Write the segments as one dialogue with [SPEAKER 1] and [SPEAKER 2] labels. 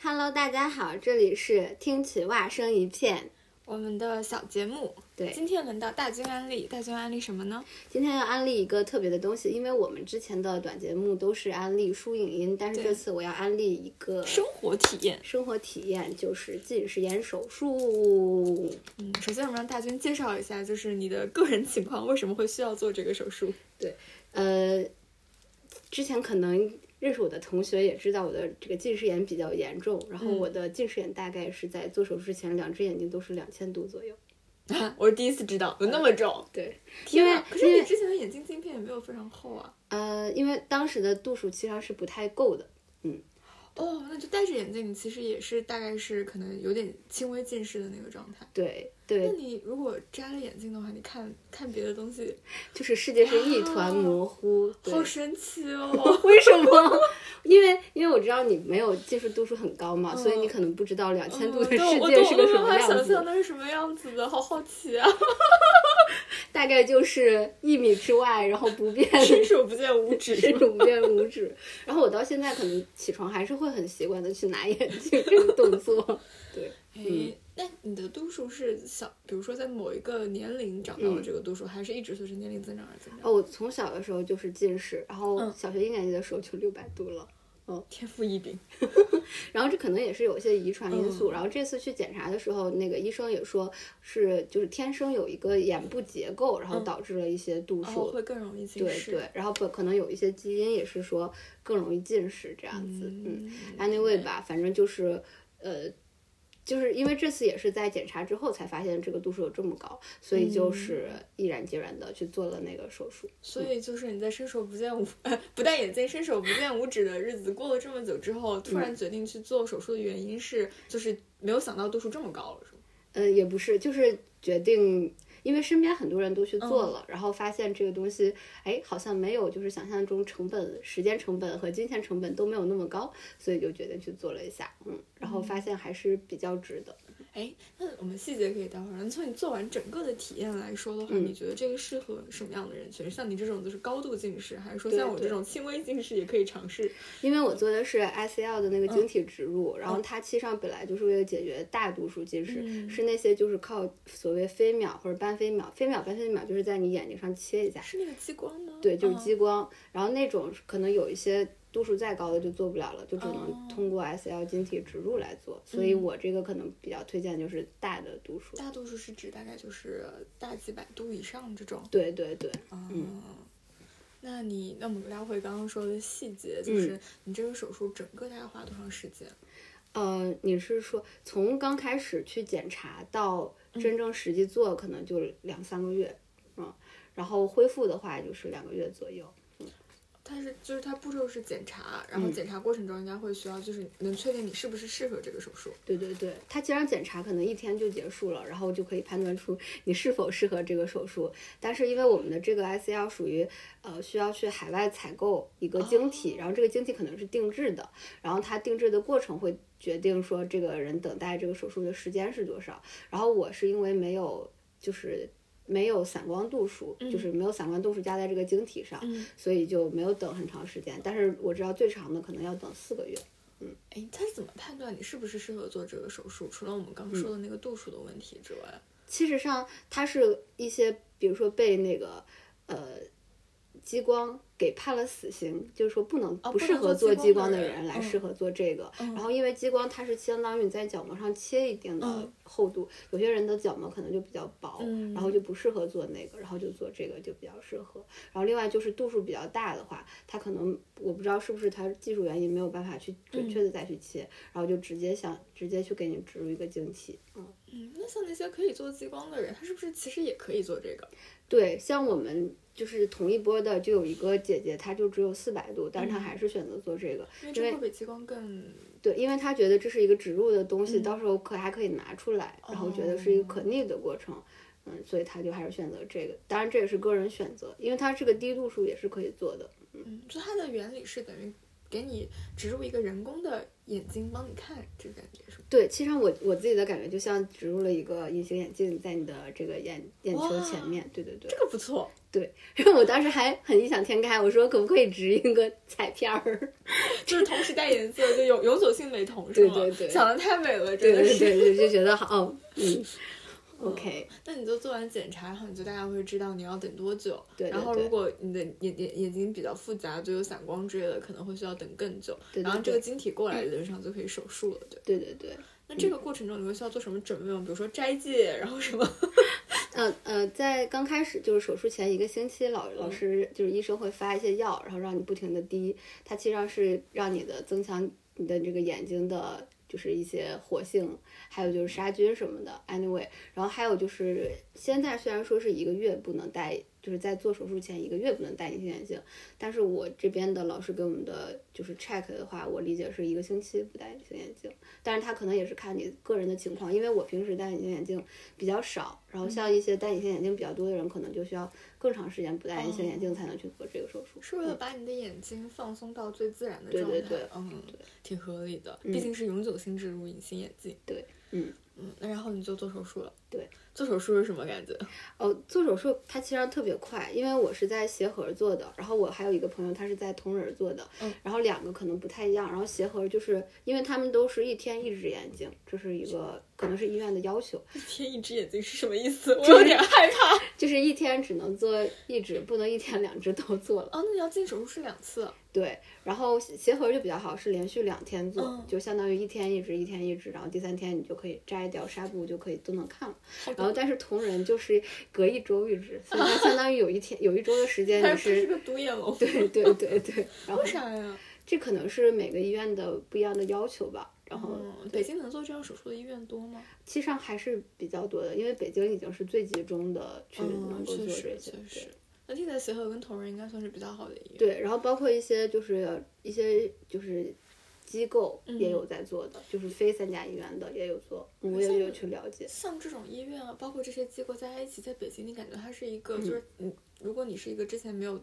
[SPEAKER 1] Hello，大家好，这里是听取蛙声一片。
[SPEAKER 2] 我们的小节目。
[SPEAKER 1] 对
[SPEAKER 2] 今天轮到大军安利，大军安利什么呢？
[SPEAKER 1] 今天要安利一个特别的东西，因为我们之前的短节目都是安利书影音，但是
[SPEAKER 2] 对
[SPEAKER 1] 这次我要安利一个
[SPEAKER 2] 生活体验。
[SPEAKER 1] 生活体验，就是近视眼手术。
[SPEAKER 2] 嗯，首先我们让大军介绍一下，就是你的个人情况，为什么会需要做这个 手术？
[SPEAKER 1] 呃，之前可能认识我的同学也知道我的这个近视眼比较严重，然后
[SPEAKER 2] 嗯
[SPEAKER 1] 我的近视眼大概是在做手术之前，两只眼睛都是两千度左右。
[SPEAKER 2] 我是第一次知道有那么重。
[SPEAKER 1] 对，
[SPEAKER 2] 天
[SPEAKER 1] 呃因为
[SPEAKER 2] 啊可是
[SPEAKER 1] 因
[SPEAKER 2] 你
[SPEAKER 1] 为
[SPEAKER 2] 之前的眼镜镜片也没有非常厚啊。
[SPEAKER 1] 呃，因为当时的度数其实上是不太够的。
[SPEAKER 2] 哦，那就戴着眼镜，你其实也是大概是可能有点轻微近视的那个状态。
[SPEAKER 1] 对
[SPEAKER 2] 那
[SPEAKER 1] 对，
[SPEAKER 2] 你如果摘了眼镜的话，你看看别的东西，
[SPEAKER 1] 就是世界是一团模糊。对
[SPEAKER 2] 啊好神 奇哦！
[SPEAKER 1] 为什么？因为因为我知道你没有近视度数很高嘛，
[SPEAKER 2] 嗯
[SPEAKER 1] 所以你可能不知道两千度的
[SPEAKER 2] 嗯对
[SPEAKER 1] 世
[SPEAKER 2] 我
[SPEAKER 1] 界
[SPEAKER 2] 都
[SPEAKER 1] 是
[SPEAKER 2] 我
[SPEAKER 1] 个什
[SPEAKER 2] 都没有
[SPEAKER 1] 么
[SPEAKER 2] 办法
[SPEAKER 1] 样
[SPEAKER 2] 想象
[SPEAKER 1] 子，
[SPEAKER 2] 那是什么样子的，好好奇啊！
[SPEAKER 1] 大概就是一米之外，然后不 变
[SPEAKER 2] 伸手不见五指，
[SPEAKER 1] 这种变五指，然后我到现在可能起床还是会很习惯的去拿眼镜这个动作。对，嗯
[SPEAKER 2] 诶，哎那你的度数是小，比如说在某一个年龄长到了这个度数，还是一直随着年龄增长而增长？
[SPEAKER 1] 哦，我从小的时候就是近视，然后
[SPEAKER 2] 嗯
[SPEAKER 1] 小学一年级的时候就六百度了。
[SPEAKER 2] 天赋异禀，
[SPEAKER 1] 然后这可能也是有一些遗传因素。
[SPEAKER 2] 嗯
[SPEAKER 1] 然后这次去检查的时候，那个医生也说是就是天生有一个眼部结构，然后
[SPEAKER 2] 嗯
[SPEAKER 1] 导致了一些度
[SPEAKER 2] 然后
[SPEAKER 1] 数。
[SPEAKER 2] 哦会更容易近
[SPEAKER 1] 对
[SPEAKER 2] 视。
[SPEAKER 1] 对，然后本可能有一些基因也是说更容易近视这样子。嗯
[SPEAKER 2] 嗯
[SPEAKER 1] anyway，吧，反正就是呃。就是因为这次也是在检查之后才发现这个度数有这么高，所以
[SPEAKER 2] 嗯
[SPEAKER 1] 就是毅然决然的去做了那个手术。
[SPEAKER 2] 所以就是你在伸手不见五、 呃不戴眼镜伸手不见五指的日子过了这么久之后，突然决定去做手术的原因是，就是没有想到度数这么高了，是吗？
[SPEAKER 1] 呃，也不是，就是决定，因为身边很多人都去
[SPEAKER 2] 嗯
[SPEAKER 1] 做了，然后发现这个东西，哎，好像没有就是想象中成本、时间成本和金钱成本都没有那么高，所以就决定去做了一下，嗯，然后发现还是比较值得。
[SPEAKER 2] 哎，那我们细节可以待会儿。那从你做完整个的体验来说的话，
[SPEAKER 1] 嗯
[SPEAKER 2] 你觉得这个适合什么样的人群？像你这种就是高度近视，还是说
[SPEAKER 1] 对
[SPEAKER 2] 像我
[SPEAKER 1] 对
[SPEAKER 2] 这种轻微近视也可以尝试？
[SPEAKER 1] 因为我做的是 ICL 的那个晶体植入，然后
[SPEAKER 2] 嗯
[SPEAKER 1] 它其实上本来就是为了解决大多数近视，
[SPEAKER 2] 嗯
[SPEAKER 1] 是那些就是靠所谓飞秒或者半飞秒，飞秒半飞秒就是在你眼睛上切一下，
[SPEAKER 2] 是那个激光吗？
[SPEAKER 1] 对，就是
[SPEAKER 2] 嗯
[SPEAKER 1] 激光。然后那种可能有一些度数再高的就做不了了，就只能
[SPEAKER 2] 哦嗯
[SPEAKER 1] 通过 SL 晶体植入来做。所以我这个可能比较推荐就是大的度数。
[SPEAKER 2] 大度数是指大概就是大几百度以上这种。
[SPEAKER 1] 对对对，
[SPEAKER 2] 嗯，那你那我们聊回刚刚说的细节，就是你这个手术整个大概花多长时间？
[SPEAKER 1] 呃，你是说从刚开始去检查到
[SPEAKER 2] 嗯
[SPEAKER 1] 真正实际做，可能就两三个月，嗯，然后恢复的话就是两个月左右。
[SPEAKER 2] 它是就是它步骤是检查，然后
[SPEAKER 1] 嗯
[SPEAKER 2] 检查过程中应该会需要就是能确定你是不是适合这个手术。
[SPEAKER 1] 对对对，它其实检查可能一天就结束了，然后就可以判断出你是否适合这个手术。但是因为我们的这个 ICL 属于呃需要去海外采购一个晶体，然后这个晶体可能是定制的，然后它定制的过程会决定说这个人等待这个手术的时间是多少。然后我是因为没有就是。没有散光度数，就是没有散光度数加在这个晶体上，
[SPEAKER 2] 嗯
[SPEAKER 1] 所以就没有等很长时间。但是我知道最长的可能要等四个月。
[SPEAKER 2] 哎，它是怎么判断你是不是适合做这个手术？除了我们
[SPEAKER 1] 嗯
[SPEAKER 2] 刚说的那个度数的问题之外，
[SPEAKER 1] 其实上它是一些，比如说被那个呃激光给判了死刑，就是说不能、
[SPEAKER 2] 哦
[SPEAKER 1] 不
[SPEAKER 2] 不
[SPEAKER 1] 适
[SPEAKER 2] 能
[SPEAKER 1] 合
[SPEAKER 2] 做激
[SPEAKER 1] 激光
[SPEAKER 2] 光的
[SPEAKER 1] 的
[SPEAKER 2] 人
[SPEAKER 1] 人来
[SPEAKER 2] 嗯
[SPEAKER 1] 适合做这个。
[SPEAKER 2] 嗯
[SPEAKER 1] 然后因为激光它是相当于你在角膜上切一定的
[SPEAKER 2] 嗯
[SPEAKER 1] 厚度，有些人的角膜可能就比较薄，
[SPEAKER 2] 嗯
[SPEAKER 1] 然后就不适合做那个，然后就做这个就比较适合。然后另外就是度数比较大的话，它可能我不知道是不是它技术原因没有办法去
[SPEAKER 2] 嗯
[SPEAKER 1] 准确的再去切，然后就直接想直接去给你植入一个晶体，嗯。
[SPEAKER 2] 嗯，那像那些可以做激光的人，他是不是其实也可以做这个？
[SPEAKER 1] 对，像我们就是同一波的，就有一个姐姐，她就只有四百度，但是她
[SPEAKER 2] 嗯
[SPEAKER 1] 还是选择做这个。
[SPEAKER 2] 因为
[SPEAKER 1] 因
[SPEAKER 2] 这
[SPEAKER 1] 为
[SPEAKER 2] 会比激光更
[SPEAKER 1] 对，因为她觉得这是一个植入的东西，
[SPEAKER 2] 嗯哦
[SPEAKER 1] 到时候可还可以拿出来，然后觉得是一个可逆的过程。嗯，所以她就还是选择这个，当然这也是个人选择，因为它这个低度数也是可以做的。
[SPEAKER 2] 嗯，就它的原理是等于给你植入一个人工的眼睛帮你看，这个感觉是吗？
[SPEAKER 1] 对，其实上我我自己的感觉就像植入了一个隐形眼镜在你的这个眼眼球前面，对对对
[SPEAKER 2] 这，个不错，
[SPEAKER 1] 对。然后我当时还很异想天开，我说可不可以植一个彩片儿？
[SPEAKER 2] 就是同时带颜色，就永永久性美瞳是
[SPEAKER 1] 对
[SPEAKER 2] 吗？
[SPEAKER 1] 对对
[SPEAKER 2] 想的太美了，
[SPEAKER 1] 对
[SPEAKER 2] 真的
[SPEAKER 1] 对
[SPEAKER 2] 是。哦
[SPEAKER 1] 对，对就觉得好，哦 嗯，OK，
[SPEAKER 2] 那你就做完检查后，你就大概会知道你要等多久。
[SPEAKER 1] 对对
[SPEAKER 2] 然后
[SPEAKER 1] 对
[SPEAKER 2] 如果你的眼眼眼睛比较复杂，就有散光之类的，可能会需要等更久。
[SPEAKER 1] 对对
[SPEAKER 2] 然后这
[SPEAKER 1] 对
[SPEAKER 2] 个晶体过来，理论上就可以手术了， 对。
[SPEAKER 1] 对对对。
[SPEAKER 2] 那这个过程中你会需要做什么准备吗？比如说摘戒，然后什么？
[SPEAKER 1] 呃呃，在刚开始就是手术前一个星期老，
[SPEAKER 2] 嗯
[SPEAKER 1] 老师就是医生会发一些药，然后让你不停的滴，它其实上是让你的增强你的这个眼睛的，就是一些活性，还有就是杀菌什么的。Anyway，然后还有就是现在虽然说是一个月不能戴，就是在做手术前一个月不能戴隐形眼镜，但是我这边的老师给我们的就是 check 的话，我理解是一个星期不戴隐形眼镜，但是他可能也是看你个人的情况，因为我平时戴隐形眼镜比较少，然后
[SPEAKER 2] 嗯
[SPEAKER 1] 像一些戴隐形眼镜比较多的人，可能就需要更长时间不戴隐形眼镜才能去做这个手术。
[SPEAKER 2] 是为了把你的眼睛放松到最自然的
[SPEAKER 1] 对
[SPEAKER 2] 状态。
[SPEAKER 1] 对对嗯
[SPEAKER 2] 嗯，挺合理的，毕竟是永久性植入隐形眼镜。
[SPEAKER 1] 对，嗯。
[SPEAKER 2] 嗯，那然后你就做手术了。
[SPEAKER 1] 对，
[SPEAKER 2] 做手术是什么 感觉？
[SPEAKER 1] 哦，做手术它其实上特别快，因为我是在协和做的，然后我还有一个朋友他是在同仁做的，
[SPEAKER 2] 嗯
[SPEAKER 1] 然后两个可能不太一样，然后协和就是因为他们都是一天一只眼睛，这是一个可能是医院的要求，
[SPEAKER 2] 一天一只眼睛是什么意思？我有点害怕。
[SPEAKER 1] 就是一天只能做一只，不能一天两只都做了。
[SPEAKER 2] 哦，那你要进手术室两次。啊
[SPEAKER 1] 对，然后协和就比较好，是连续两天做，
[SPEAKER 2] 嗯
[SPEAKER 1] 就相当于一天一只，一天一只，然后第三天你就可以摘掉纱布，就可以都能看了。然后但是同仁就是隔一周一只，所以它相当于有一天有一周的时间
[SPEAKER 2] 但
[SPEAKER 1] 你
[SPEAKER 2] 是 他是
[SPEAKER 1] 是。
[SPEAKER 2] 个独眼龙。
[SPEAKER 1] 对对对对，然后
[SPEAKER 2] 为啥呀？
[SPEAKER 1] 这可能是每个医院的不一样的要求吧。 然后，
[SPEAKER 2] 嗯，北京能做这样手术的医院多吗？
[SPEAKER 1] 其实上还是比较多的，因为北京已经是最集中的去能够做
[SPEAKER 2] 嗯确
[SPEAKER 1] 这
[SPEAKER 2] 实
[SPEAKER 1] 些。
[SPEAKER 2] 确实。那现在协和跟同仁应该算是比较好的医院。
[SPEAKER 1] 对对，然后包括一些就是一些就是机构
[SPEAKER 2] 嗯
[SPEAKER 1] 也有在做的，就是非三甲医院的也有做，我也有去了解。
[SPEAKER 2] 像这种医院啊，包括这些机构在一起，在北京，你感觉它是一个，就是
[SPEAKER 1] 嗯
[SPEAKER 2] 你，如果你是一个之前没有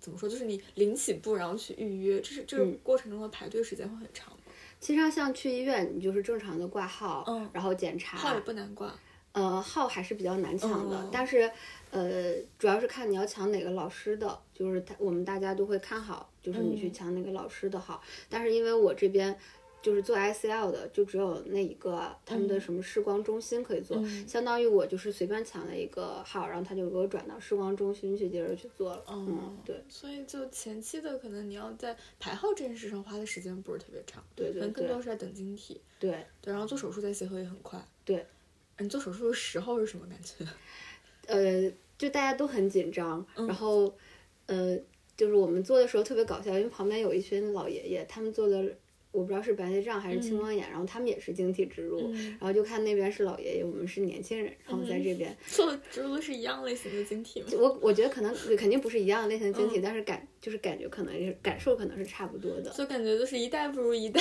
[SPEAKER 2] 怎么说，就是你零起步然后去预约，这是这个
[SPEAKER 1] 嗯
[SPEAKER 2] 过程中的排队时间会很长吗？
[SPEAKER 1] 其实上像去医院，你就是正常的挂号，
[SPEAKER 2] 嗯
[SPEAKER 1] 然后检查，
[SPEAKER 2] 号也不难挂，
[SPEAKER 1] 呃，号还是比较难抢的，
[SPEAKER 2] 嗯
[SPEAKER 1] 但是，呃，主要是看你要抢哪个老师的，就是他我们大家都会看好，就是你去
[SPEAKER 2] 嗯
[SPEAKER 1] 抢哪个老师的号。但是因为我这边就是做 ICL 的，就只有那一个他们的
[SPEAKER 2] 嗯
[SPEAKER 1] 什么视光中心可以做，
[SPEAKER 2] 嗯
[SPEAKER 1] 相当于我就是随便抢了一个号，然后他就给我转到视光中心去接着去做了。
[SPEAKER 2] 哦
[SPEAKER 1] 嗯，对，
[SPEAKER 2] 所以就前期的可能你要在排号这件事上花的时间不是特别长，
[SPEAKER 1] 对
[SPEAKER 2] 可
[SPEAKER 1] 对
[SPEAKER 2] 能更
[SPEAKER 1] 对
[SPEAKER 2] 多是在等晶体，
[SPEAKER 1] 对。
[SPEAKER 2] 对，然后做手术在协和也很快，哎
[SPEAKER 1] 对。
[SPEAKER 2] 你做手术的时候是什么感觉？
[SPEAKER 1] 呃，就大家都很紧张，
[SPEAKER 2] 嗯
[SPEAKER 1] 然后，呃，就是我们做的时候特别搞笑，因为旁边有一群老爷爷，他们做的我不知道是白内障还是青
[SPEAKER 2] 嗯
[SPEAKER 1] 光眼，然后他们也是晶体植入，然后就看那边是老爷爷，我们是年轻人，然后
[SPEAKER 2] 嗯
[SPEAKER 1] 在这边，
[SPEAKER 2] 做的植入的是一样类型的晶体吗？
[SPEAKER 1] 就我我觉得可能肯定不是一样的类型的晶
[SPEAKER 2] 嗯
[SPEAKER 1] 体，但是感就是感觉可能是感受可能是差不多的，
[SPEAKER 2] 就感觉就是一代不如一代，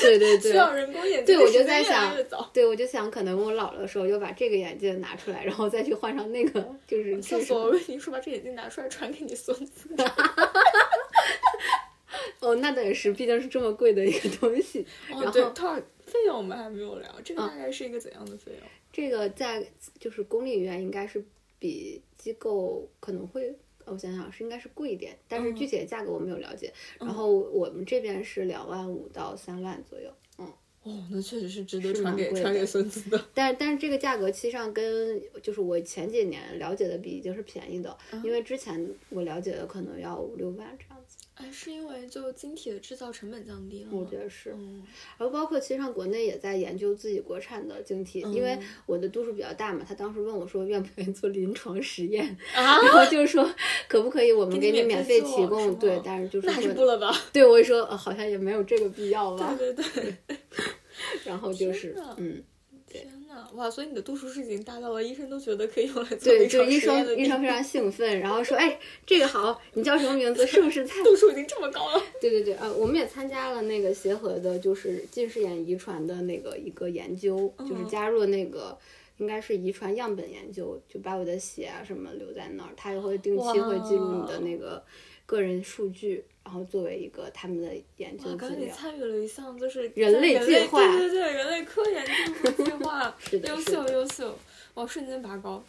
[SPEAKER 1] 对对
[SPEAKER 2] 需
[SPEAKER 1] 对。
[SPEAKER 2] 要人工眼睛
[SPEAKER 1] 对，
[SPEAKER 2] 的
[SPEAKER 1] 我
[SPEAKER 2] 时
[SPEAKER 1] 就
[SPEAKER 2] 间
[SPEAKER 1] 在
[SPEAKER 2] 越来
[SPEAKER 1] 想
[SPEAKER 2] 越早。，
[SPEAKER 1] 对我就想，可能我老的时候就把这个眼镜拿出来，然后再去换上那个，就是这
[SPEAKER 2] 厕
[SPEAKER 1] 种
[SPEAKER 2] 所，我跟你说，把这眼镜拿出来传给你孙子。
[SPEAKER 1] 哦，那得是，毕竟是这么贵的一个东西。
[SPEAKER 2] 哦
[SPEAKER 1] 然，
[SPEAKER 2] 对
[SPEAKER 1] 后，嗯
[SPEAKER 2] 多少费用我们还没有聊，这个大概是一个怎样的费用？
[SPEAKER 1] 这个在就是公立医院应该是比机构可能会，呃我想想是应该是贵一点，但是
[SPEAKER 2] 嗯
[SPEAKER 1] 具体的价格我没有了解。然后我们这边是两万五到三万左右，嗯，
[SPEAKER 2] 哦，那确实是值得
[SPEAKER 1] 是蛮
[SPEAKER 2] 传给
[SPEAKER 1] 贵的
[SPEAKER 2] 传给孙子的。
[SPEAKER 1] 但但是这个价格其实上跟就是我前几年了解的比已经是便宜的，
[SPEAKER 2] 嗯
[SPEAKER 1] 因为之前我了解的可能要五六万这样子，
[SPEAKER 2] 哎，是因为就晶体的制造成本降低了吗，
[SPEAKER 1] 我觉得是。
[SPEAKER 2] 嗯，
[SPEAKER 1] 然后包括其实上国内也在研究自己国产的晶体，因
[SPEAKER 2] 嗯
[SPEAKER 1] 为我的度数比较大嘛，他当时问我说愿不愿意做临床实验，
[SPEAKER 2] 啊
[SPEAKER 1] 然后就是说可不可以我们给
[SPEAKER 2] 给你
[SPEAKER 1] 你
[SPEAKER 2] 免
[SPEAKER 1] 免
[SPEAKER 2] 费
[SPEAKER 1] 费
[SPEAKER 2] 做
[SPEAKER 1] 提
[SPEAKER 2] 是
[SPEAKER 1] 供
[SPEAKER 2] 吗，
[SPEAKER 1] 对，但是就是
[SPEAKER 2] 那还是
[SPEAKER 1] 会
[SPEAKER 2] 不了吧？
[SPEAKER 1] 对我就说呃好像也没有这个必要吧，
[SPEAKER 2] 对对对，
[SPEAKER 1] 然后就是
[SPEAKER 2] 天哪
[SPEAKER 1] 嗯
[SPEAKER 2] 天呐，哇！所以你的度数是已经大到了医生都觉得可以用来做
[SPEAKER 1] 对，
[SPEAKER 2] 临
[SPEAKER 1] 就
[SPEAKER 2] 床
[SPEAKER 1] 医
[SPEAKER 2] 实验的
[SPEAKER 1] 生医
[SPEAKER 2] 地步，
[SPEAKER 1] 生非常兴奋，然后说哎这个好，你叫什么名字？是不是蔡
[SPEAKER 2] 度数已经这么高了。
[SPEAKER 1] 对对对，呃，我们也参加了那个协和的，就是近视眼遗传的那个一个研究，
[SPEAKER 2] 哦
[SPEAKER 1] 就是加入了那个应该是遗传样本研究，就把我的血啊什么留在那儿，他也会定期会记录你的那个个人数据，然后作为一个他们的研究
[SPEAKER 2] 我
[SPEAKER 1] 资
[SPEAKER 2] 刚刚你
[SPEAKER 1] 料。
[SPEAKER 2] 参与了一项就是
[SPEAKER 1] 人类
[SPEAKER 2] 人
[SPEAKER 1] 进化
[SPEAKER 2] 对对对，人类科研进步计划
[SPEAKER 1] 是，的
[SPEAKER 2] 优
[SPEAKER 1] 是
[SPEAKER 2] 秀
[SPEAKER 1] 的
[SPEAKER 2] 优秀，哇，瞬间拔高。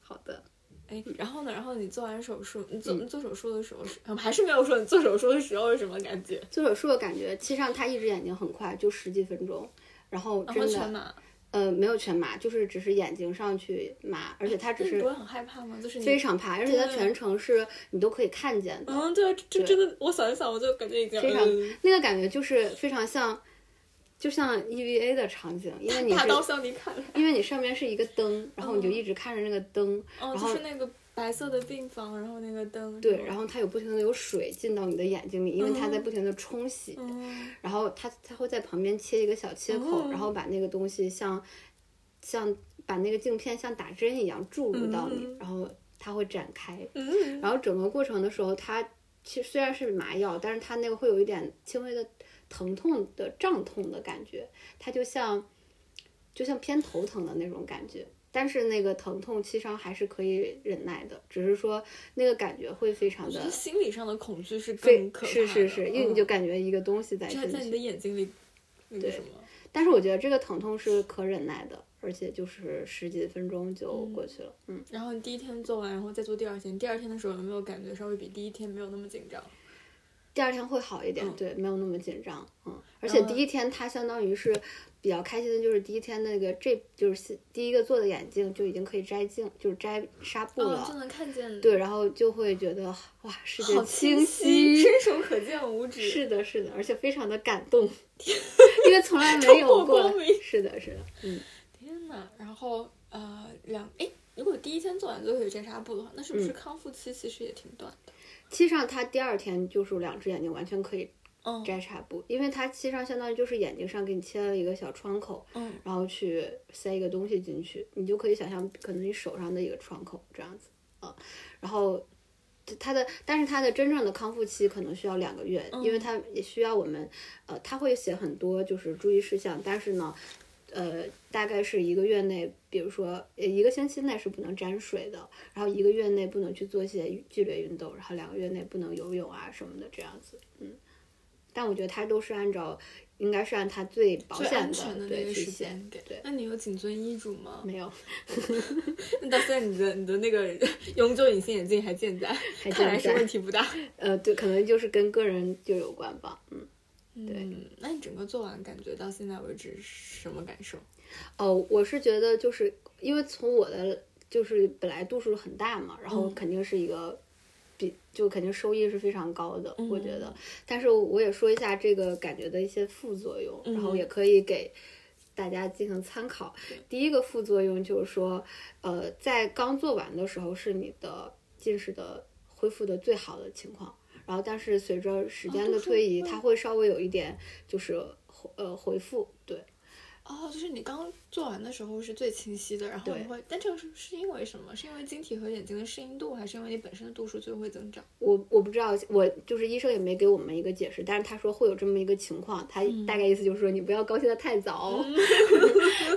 [SPEAKER 1] 好的，
[SPEAKER 2] 哎，然后呢？然后你做完手术，你
[SPEAKER 1] 嗯
[SPEAKER 2] 做、你做手术的时候是，啊还是没有说你做手术的时候是什么感觉？
[SPEAKER 1] 做手术的感觉，其实上他一只眼睛很快，就十几分钟，然后
[SPEAKER 2] 然
[SPEAKER 1] 真
[SPEAKER 2] 后
[SPEAKER 1] 的
[SPEAKER 2] 哦全麻，
[SPEAKER 1] 呃没有全麻，就是只是眼睛上去麻，而且他只
[SPEAKER 2] 那你
[SPEAKER 1] 是
[SPEAKER 2] 不会很害怕吗？就是你
[SPEAKER 1] 非常怕，而且他
[SPEAKER 2] 对
[SPEAKER 1] 全程是你都可以看见的，
[SPEAKER 2] 嗯，对啊，这这
[SPEAKER 1] 对
[SPEAKER 2] 真的，我想一想，我就感觉已经
[SPEAKER 1] 非常
[SPEAKER 2] 嗯
[SPEAKER 1] 那个感觉就是非常像，就像 EVA 的场景，因为你
[SPEAKER 2] 大
[SPEAKER 1] 是
[SPEAKER 2] 刀哦向你砍来。
[SPEAKER 1] 因为你上面是一个灯，然后你就一直看着那个灯，
[SPEAKER 2] 哦，
[SPEAKER 1] 然
[SPEAKER 2] 就
[SPEAKER 1] 后
[SPEAKER 2] 是那个白色的病房，然后那个灯。
[SPEAKER 1] 对，然
[SPEAKER 2] 后
[SPEAKER 1] 后它有不停的有水进到你的眼睛里，因为它在不停的冲洗，
[SPEAKER 2] 嗯，
[SPEAKER 1] 然后它它会在旁边切一个小切口，
[SPEAKER 2] 嗯
[SPEAKER 1] 然后把那个东西像像把那个镜片像打针一样注入到你，
[SPEAKER 2] 嗯
[SPEAKER 1] 然后它会展开，
[SPEAKER 2] 嗯
[SPEAKER 1] 然后整个过程的时候，它其实虽然是麻药，但是它那个会有一点轻微的疼痛的胀痛的感觉，它就像就像偏头疼的那种感觉。但是那个疼痛其实上还是可以忍耐的，只是说那个感觉会非常
[SPEAKER 2] 我觉
[SPEAKER 1] 的
[SPEAKER 2] 得心理上的恐惧是
[SPEAKER 1] 非
[SPEAKER 2] 更可怕
[SPEAKER 1] 是是是，因为你就
[SPEAKER 2] 嗯
[SPEAKER 1] 感觉一个东西在
[SPEAKER 2] 这
[SPEAKER 1] 进
[SPEAKER 2] 还在你
[SPEAKER 1] 去。
[SPEAKER 2] 的眼睛里那个
[SPEAKER 1] 对
[SPEAKER 2] 什么。
[SPEAKER 1] 但是我觉得这个疼痛是可忍耐的，而且就是十几分钟就过去了。嗯，
[SPEAKER 2] 然后你第一天做完，然后再做第二天，第二天的时候有没有感觉稍微比第一天没有那么紧张？
[SPEAKER 1] 第二天会好一点，
[SPEAKER 2] 嗯
[SPEAKER 1] 对，没有那么紧张，嗯，而
[SPEAKER 2] 然
[SPEAKER 1] 且
[SPEAKER 2] 后
[SPEAKER 1] 第一天它相当于是比较开心的，就是第一天那个这就是新第一个做的眼镜就已经可以摘镜，就是摘纱布
[SPEAKER 2] 哦
[SPEAKER 1] 了，，
[SPEAKER 2] 就能看见，，
[SPEAKER 1] 对，然后就会觉得哇，世界
[SPEAKER 2] 好
[SPEAKER 1] 清
[SPEAKER 2] 晰， 伸手可见五指，
[SPEAKER 1] 是的，是的，而且非常的感 动，因为从来没
[SPEAKER 2] 冲
[SPEAKER 1] 有
[SPEAKER 2] 破
[SPEAKER 1] 过
[SPEAKER 2] 光明，
[SPEAKER 1] 是的，是的，嗯，
[SPEAKER 2] 天呐，然后呃，两哎，如果第一天做完最后有摘纱布的话，那是不是
[SPEAKER 1] 嗯
[SPEAKER 2] 康复期其实也挺短的？
[SPEAKER 1] 其实上它第二天就是两只眼睛完全可以
[SPEAKER 2] 嗯
[SPEAKER 1] 摘纱布，因为它其实上相当于就是眼睛上给你切了一个小窗口，
[SPEAKER 2] 嗯，
[SPEAKER 1] 然后去塞一个东西进去，你就可以想象，可能你手上的一个创口这样子啊。然后它的，但是它的真正的康复期可能需要两个月，因为
[SPEAKER 2] 嗯
[SPEAKER 1] 它也需要我们，呃，它会写很多就是注意事项，但是呢。呃，大概是一个月内，比如说呃一个星期内是不能沾水的，然后一个月内不能去做一些剧烈运动，然后两个月内不能游泳啊什么的这样子，嗯。但我觉得它都是按照，应该是按它最保
[SPEAKER 2] 最
[SPEAKER 1] 险
[SPEAKER 2] 安全的那
[SPEAKER 1] 对
[SPEAKER 2] 个
[SPEAKER 1] 去
[SPEAKER 2] 时
[SPEAKER 1] 写，
[SPEAKER 2] 间点。
[SPEAKER 1] 对
[SPEAKER 2] 那你有谨遵医嘱吗？
[SPEAKER 1] 没有，
[SPEAKER 2] 那到现在你的你的那个 永久隐形眼镜还健在，
[SPEAKER 1] 还
[SPEAKER 2] 看来
[SPEAKER 1] 真
[SPEAKER 2] 是问
[SPEAKER 1] 在。
[SPEAKER 2] 哎题不 大。
[SPEAKER 1] 呃，对，可能就是跟个人就有关吧。嗯，对
[SPEAKER 2] 嗯，那你整个做完感觉到现在为止是什么感受？
[SPEAKER 1] 哦，我是觉得就是因为从我的就是本来度数很大嘛，然后
[SPEAKER 2] 嗯
[SPEAKER 1] 肯定是一个。比就肯定收益是非常高的，我觉得
[SPEAKER 2] 嗯。
[SPEAKER 1] 但是我也说一下这个感觉的一些副作用，然后
[SPEAKER 2] 嗯
[SPEAKER 1] 也可以给大家进行参考。第一个副作用就是说，呃，在刚做完的时候是你的近视的恢复的最好的情况，然后但是随着时间的
[SPEAKER 2] 度数
[SPEAKER 1] 推移，
[SPEAKER 2] 会
[SPEAKER 1] 它会稍微有一点就是呃回复，对，
[SPEAKER 2] 哦，就是你刚做完的时候是最清晰的，然后你
[SPEAKER 1] 对
[SPEAKER 2] 会，但这个是是因为什么？是因为晶体和眼睛的适应度，还是因为你本身的度数就会增长？
[SPEAKER 1] 我我不知道，我就是医生也没给我们一个解释，但是他说会有这么一个情况，他
[SPEAKER 2] 嗯
[SPEAKER 1] 大概意思就是说你不要高兴的太早。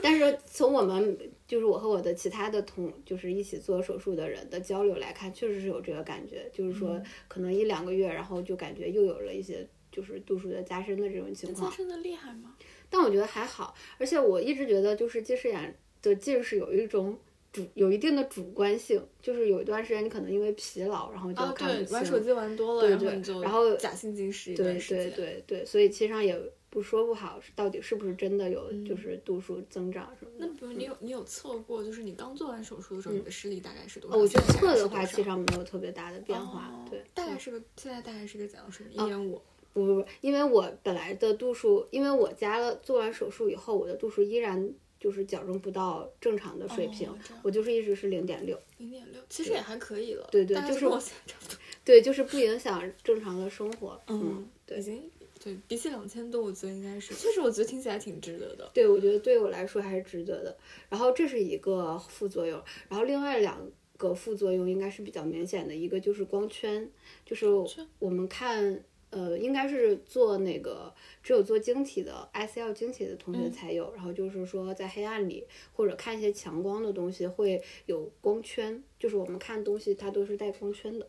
[SPEAKER 1] 但是从我们就是我和我的其他的同就是一起做手术的人的交流来看，确实是有这个感觉，就是
[SPEAKER 2] 嗯
[SPEAKER 1] 说可能一两个月，然后就感觉又有了一些就是度数的加深的这种情
[SPEAKER 2] 增
[SPEAKER 1] 况。
[SPEAKER 2] 生的厉害吗？
[SPEAKER 1] 但我觉得还好，而且我一直觉得就是近视眼的近视有一种主有一定的主观性，就是有一段时间你可能因为疲劳，然后就
[SPEAKER 2] 啊，
[SPEAKER 1] 看不
[SPEAKER 2] 对，
[SPEAKER 1] 清。
[SPEAKER 2] 玩手机玩多
[SPEAKER 1] 对
[SPEAKER 2] 了，然
[SPEAKER 1] 对
[SPEAKER 2] 后你就
[SPEAKER 1] 然后
[SPEAKER 2] 假性近视一
[SPEAKER 1] 对
[SPEAKER 2] 段时
[SPEAKER 1] 对
[SPEAKER 2] 间。
[SPEAKER 1] 对对，所以其实上也不说不好，是到底是不是真的有
[SPEAKER 2] 嗯
[SPEAKER 1] 就是度数增长什么的。
[SPEAKER 2] 那比如你有你有测过，就是你刚做完手术的时候，你的视力大概是多
[SPEAKER 1] 哦，
[SPEAKER 2] 少？
[SPEAKER 1] 我觉得
[SPEAKER 2] 现在大
[SPEAKER 1] 测
[SPEAKER 2] 概是
[SPEAKER 1] 的话，其实
[SPEAKER 2] 多少
[SPEAKER 1] 上没有特别大的变化。
[SPEAKER 2] 哦
[SPEAKER 1] 对，
[SPEAKER 2] 大
[SPEAKER 1] 嗯
[SPEAKER 2] 概是个现在大概是个怎样的水平？一点五。
[SPEAKER 1] 不不不，因为我本来的度数，因为我加了做完手术以后，我的度数依然就是矫正不到正常的水平，
[SPEAKER 2] 哦这样
[SPEAKER 1] 我就是一直是零点六。
[SPEAKER 2] 零点六，其实也还可以了。
[SPEAKER 1] 对对
[SPEAKER 2] 大概
[SPEAKER 1] 就是
[SPEAKER 2] 跟我现在差不多。
[SPEAKER 1] 对，就是不影响正常的生活。嗯
[SPEAKER 2] 嗯，，
[SPEAKER 1] 对
[SPEAKER 2] 已经对比起两千多，我觉得应该是，确实我觉得听起来挺值得的。
[SPEAKER 1] 对，我觉得对我来说还是值得的。然后这是一个副作用，然后另外两个副作用应该是比较明显的，一个就是光圈，就是
[SPEAKER 2] 圈
[SPEAKER 1] 我们看。呃，应该是做那个只有做晶体的 ICL 晶体的同学
[SPEAKER 2] 嗯
[SPEAKER 1] 才有，然后就是说在黑暗里或者看一些强光的东西会有光圈，就是我们看东西它都是带光圈的。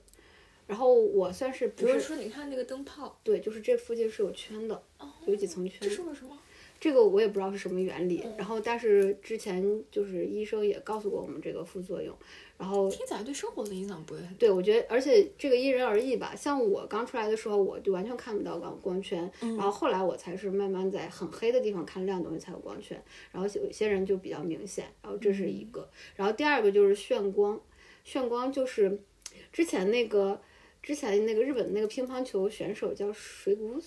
[SPEAKER 1] 然后我算是
[SPEAKER 2] 比
[SPEAKER 1] 不
[SPEAKER 2] 如
[SPEAKER 1] 是
[SPEAKER 2] 说你看那个灯泡，
[SPEAKER 1] 对，就是这附近是有圈的，
[SPEAKER 2] 哦，
[SPEAKER 1] 有几层圈
[SPEAKER 2] 这。是为什么？
[SPEAKER 1] 这个我也不知道是什么原理，然后但是之前就是医生也告诉过我们这个副作用，然后
[SPEAKER 2] 听起来对生活的影响不会很大。
[SPEAKER 1] 对我觉得，而且这个因人而异吧。像我刚出来的时候，我就完全看不到光光圈，然后后来我才是慢慢在很黑的地方看亮的东西才有光圈，然后有些人就比较明显，然后这是一个，然后第二个就是眩光，眩光就是之前那个之前那个日本那个乒乓球选手叫水谷隼，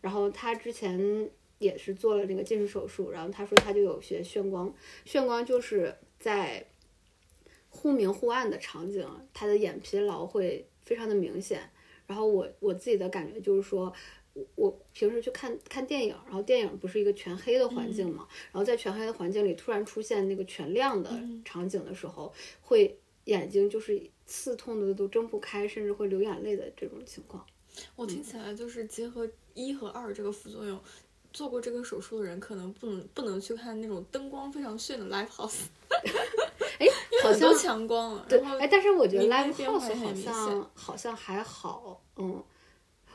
[SPEAKER 1] 然后他之前也是做了那个近视手术，然后他说他就有学眩光，眩光就是在忽明忽暗的场景，他的眼疲劳会非常的明显。然后我我自己的感觉就是说，我我平时去看看电影，然后电影不是一个全黑的环
[SPEAKER 2] 嗯
[SPEAKER 1] 境嘛，然后在全黑的环境里突然出现那个全亮的
[SPEAKER 2] 嗯
[SPEAKER 1] 场景的时候，会眼睛就是刺痛的都睁不开，甚至会流眼泪的这种情况。
[SPEAKER 2] 我
[SPEAKER 1] 嗯
[SPEAKER 2] 听起来就是结合一和二这个副作用，做过这个手术的人可能不能不能去看那种灯光非常炫的 live house，
[SPEAKER 1] 哎， 好
[SPEAKER 2] 很
[SPEAKER 1] 像
[SPEAKER 2] 多强光，
[SPEAKER 1] 对
[SPEAKER 2] 然，后
[SPEAKER 1] 哎，但是我觉得
[SPEAKER 2] 明
[SPEAKER 1] live
[SPEAKER 2] 天变化
[SPEAKER 1] house
[SPEAKER 2] 也
[SPEAKER 1] 好
[SPEAKER 2] 很明显
[SPEAKER 1] 像好像还好，嗯，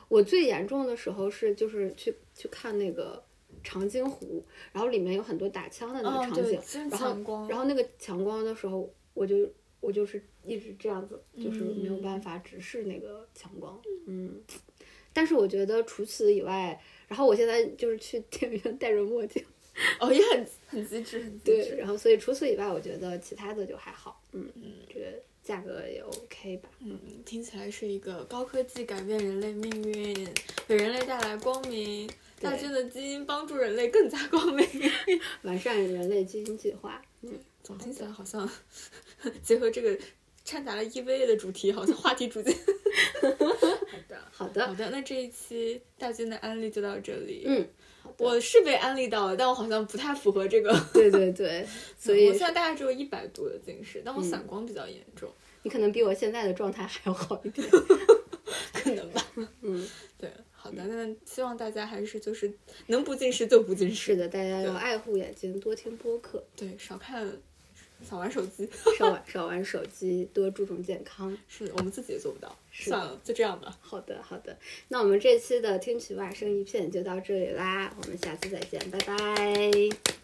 [SPEAKER 1] 我最严重的时候是就是去去看那个长津湖，然后里面有很多打枪的那个
[SPEAKER 2] 哦
[SPEAKER 1] 场
[SPEAKER 2] 对
[SPEAKER 1] 景，
[SPEAKER 2] 真
[SPEAKER 1] 然
[SPEAKER 2] 强
[SPEAKER 1] 后
[SPEAKER 2] 光
[SPEAKER 1] 然后那个强光的时候，我就我就是一直这样子，就是没有
[SPEAKER 2] 嗯
[SPEAKER 1] 办法直视那个强光，嗯，但是我觉得除此以外，然后我现在就是去电影院戴着墨镜，
[SPEAKER 2] 哦也很很机智，很机
[SPEAKER 1] 对，
[SPEAKER 2] 智。
[SPEAKER 1] 然后所以除此以外，我觉得其他的就还好，嗯，这个价格也 OK 吧。
[SPEAKER 2] 嗯，听起来是一个高科技改变人类命运，给人类带来光明。
[SPEAKER 1] 对
[SPEAKER 2] 大军的基因帮助人类更加光明。
[SPEAKER 1] 完善人类基因计划。嗯，
[SPEAKER 2] 总听起来好像 结合这个掺杂了 EVA 的主题，好像话题逐渐。好的，
[SPEAKER 1] 好
[SPEAKER 2] 好
[SPEAKER 1] 的，
[SPEAKER 2] 的，那这一期大军的安利就到这里。
[SPEAKER 1] 嗯，好的
[SPEAKER 2] 我是被安利到了，但我好像不太符合这个。
[SPEAKER 1] 对对对， 所
[SPEAKER 2] 嗯我
[SPEAKER 1] 以嗯
[SPEAKER 2] 现在大概只有一百度的近视，但我散光比较严重，
[SPEAKER 1] 你可能比我现在的状态还要好一点。
[SPEAKER 2] 可能吧。
[SPEAKER 1] 嗯，
[SPEAKER 2] 对，好的，那希望大家还是就是能不近视就不近视
[SPEAKER 1] 是，的，大家要
[SPEAKER 2] 对
[SPEAKER 1] 爱护眼睛，多听播客，
[SPEAKER 2] 对，少看，少玩手机。
[SPEAKER 1] 少玩少玩手机，多注重健康。
[SPEAKER 2] 是的我们自己也做不到，
[SPEAKER 1] 是
[SPEAKER 2] 算了，就这样吧。
[SPEAKER 1] 好的，好的，那我们这期的听取蛙声一片就到这里啦，我们下次再见，拜拜。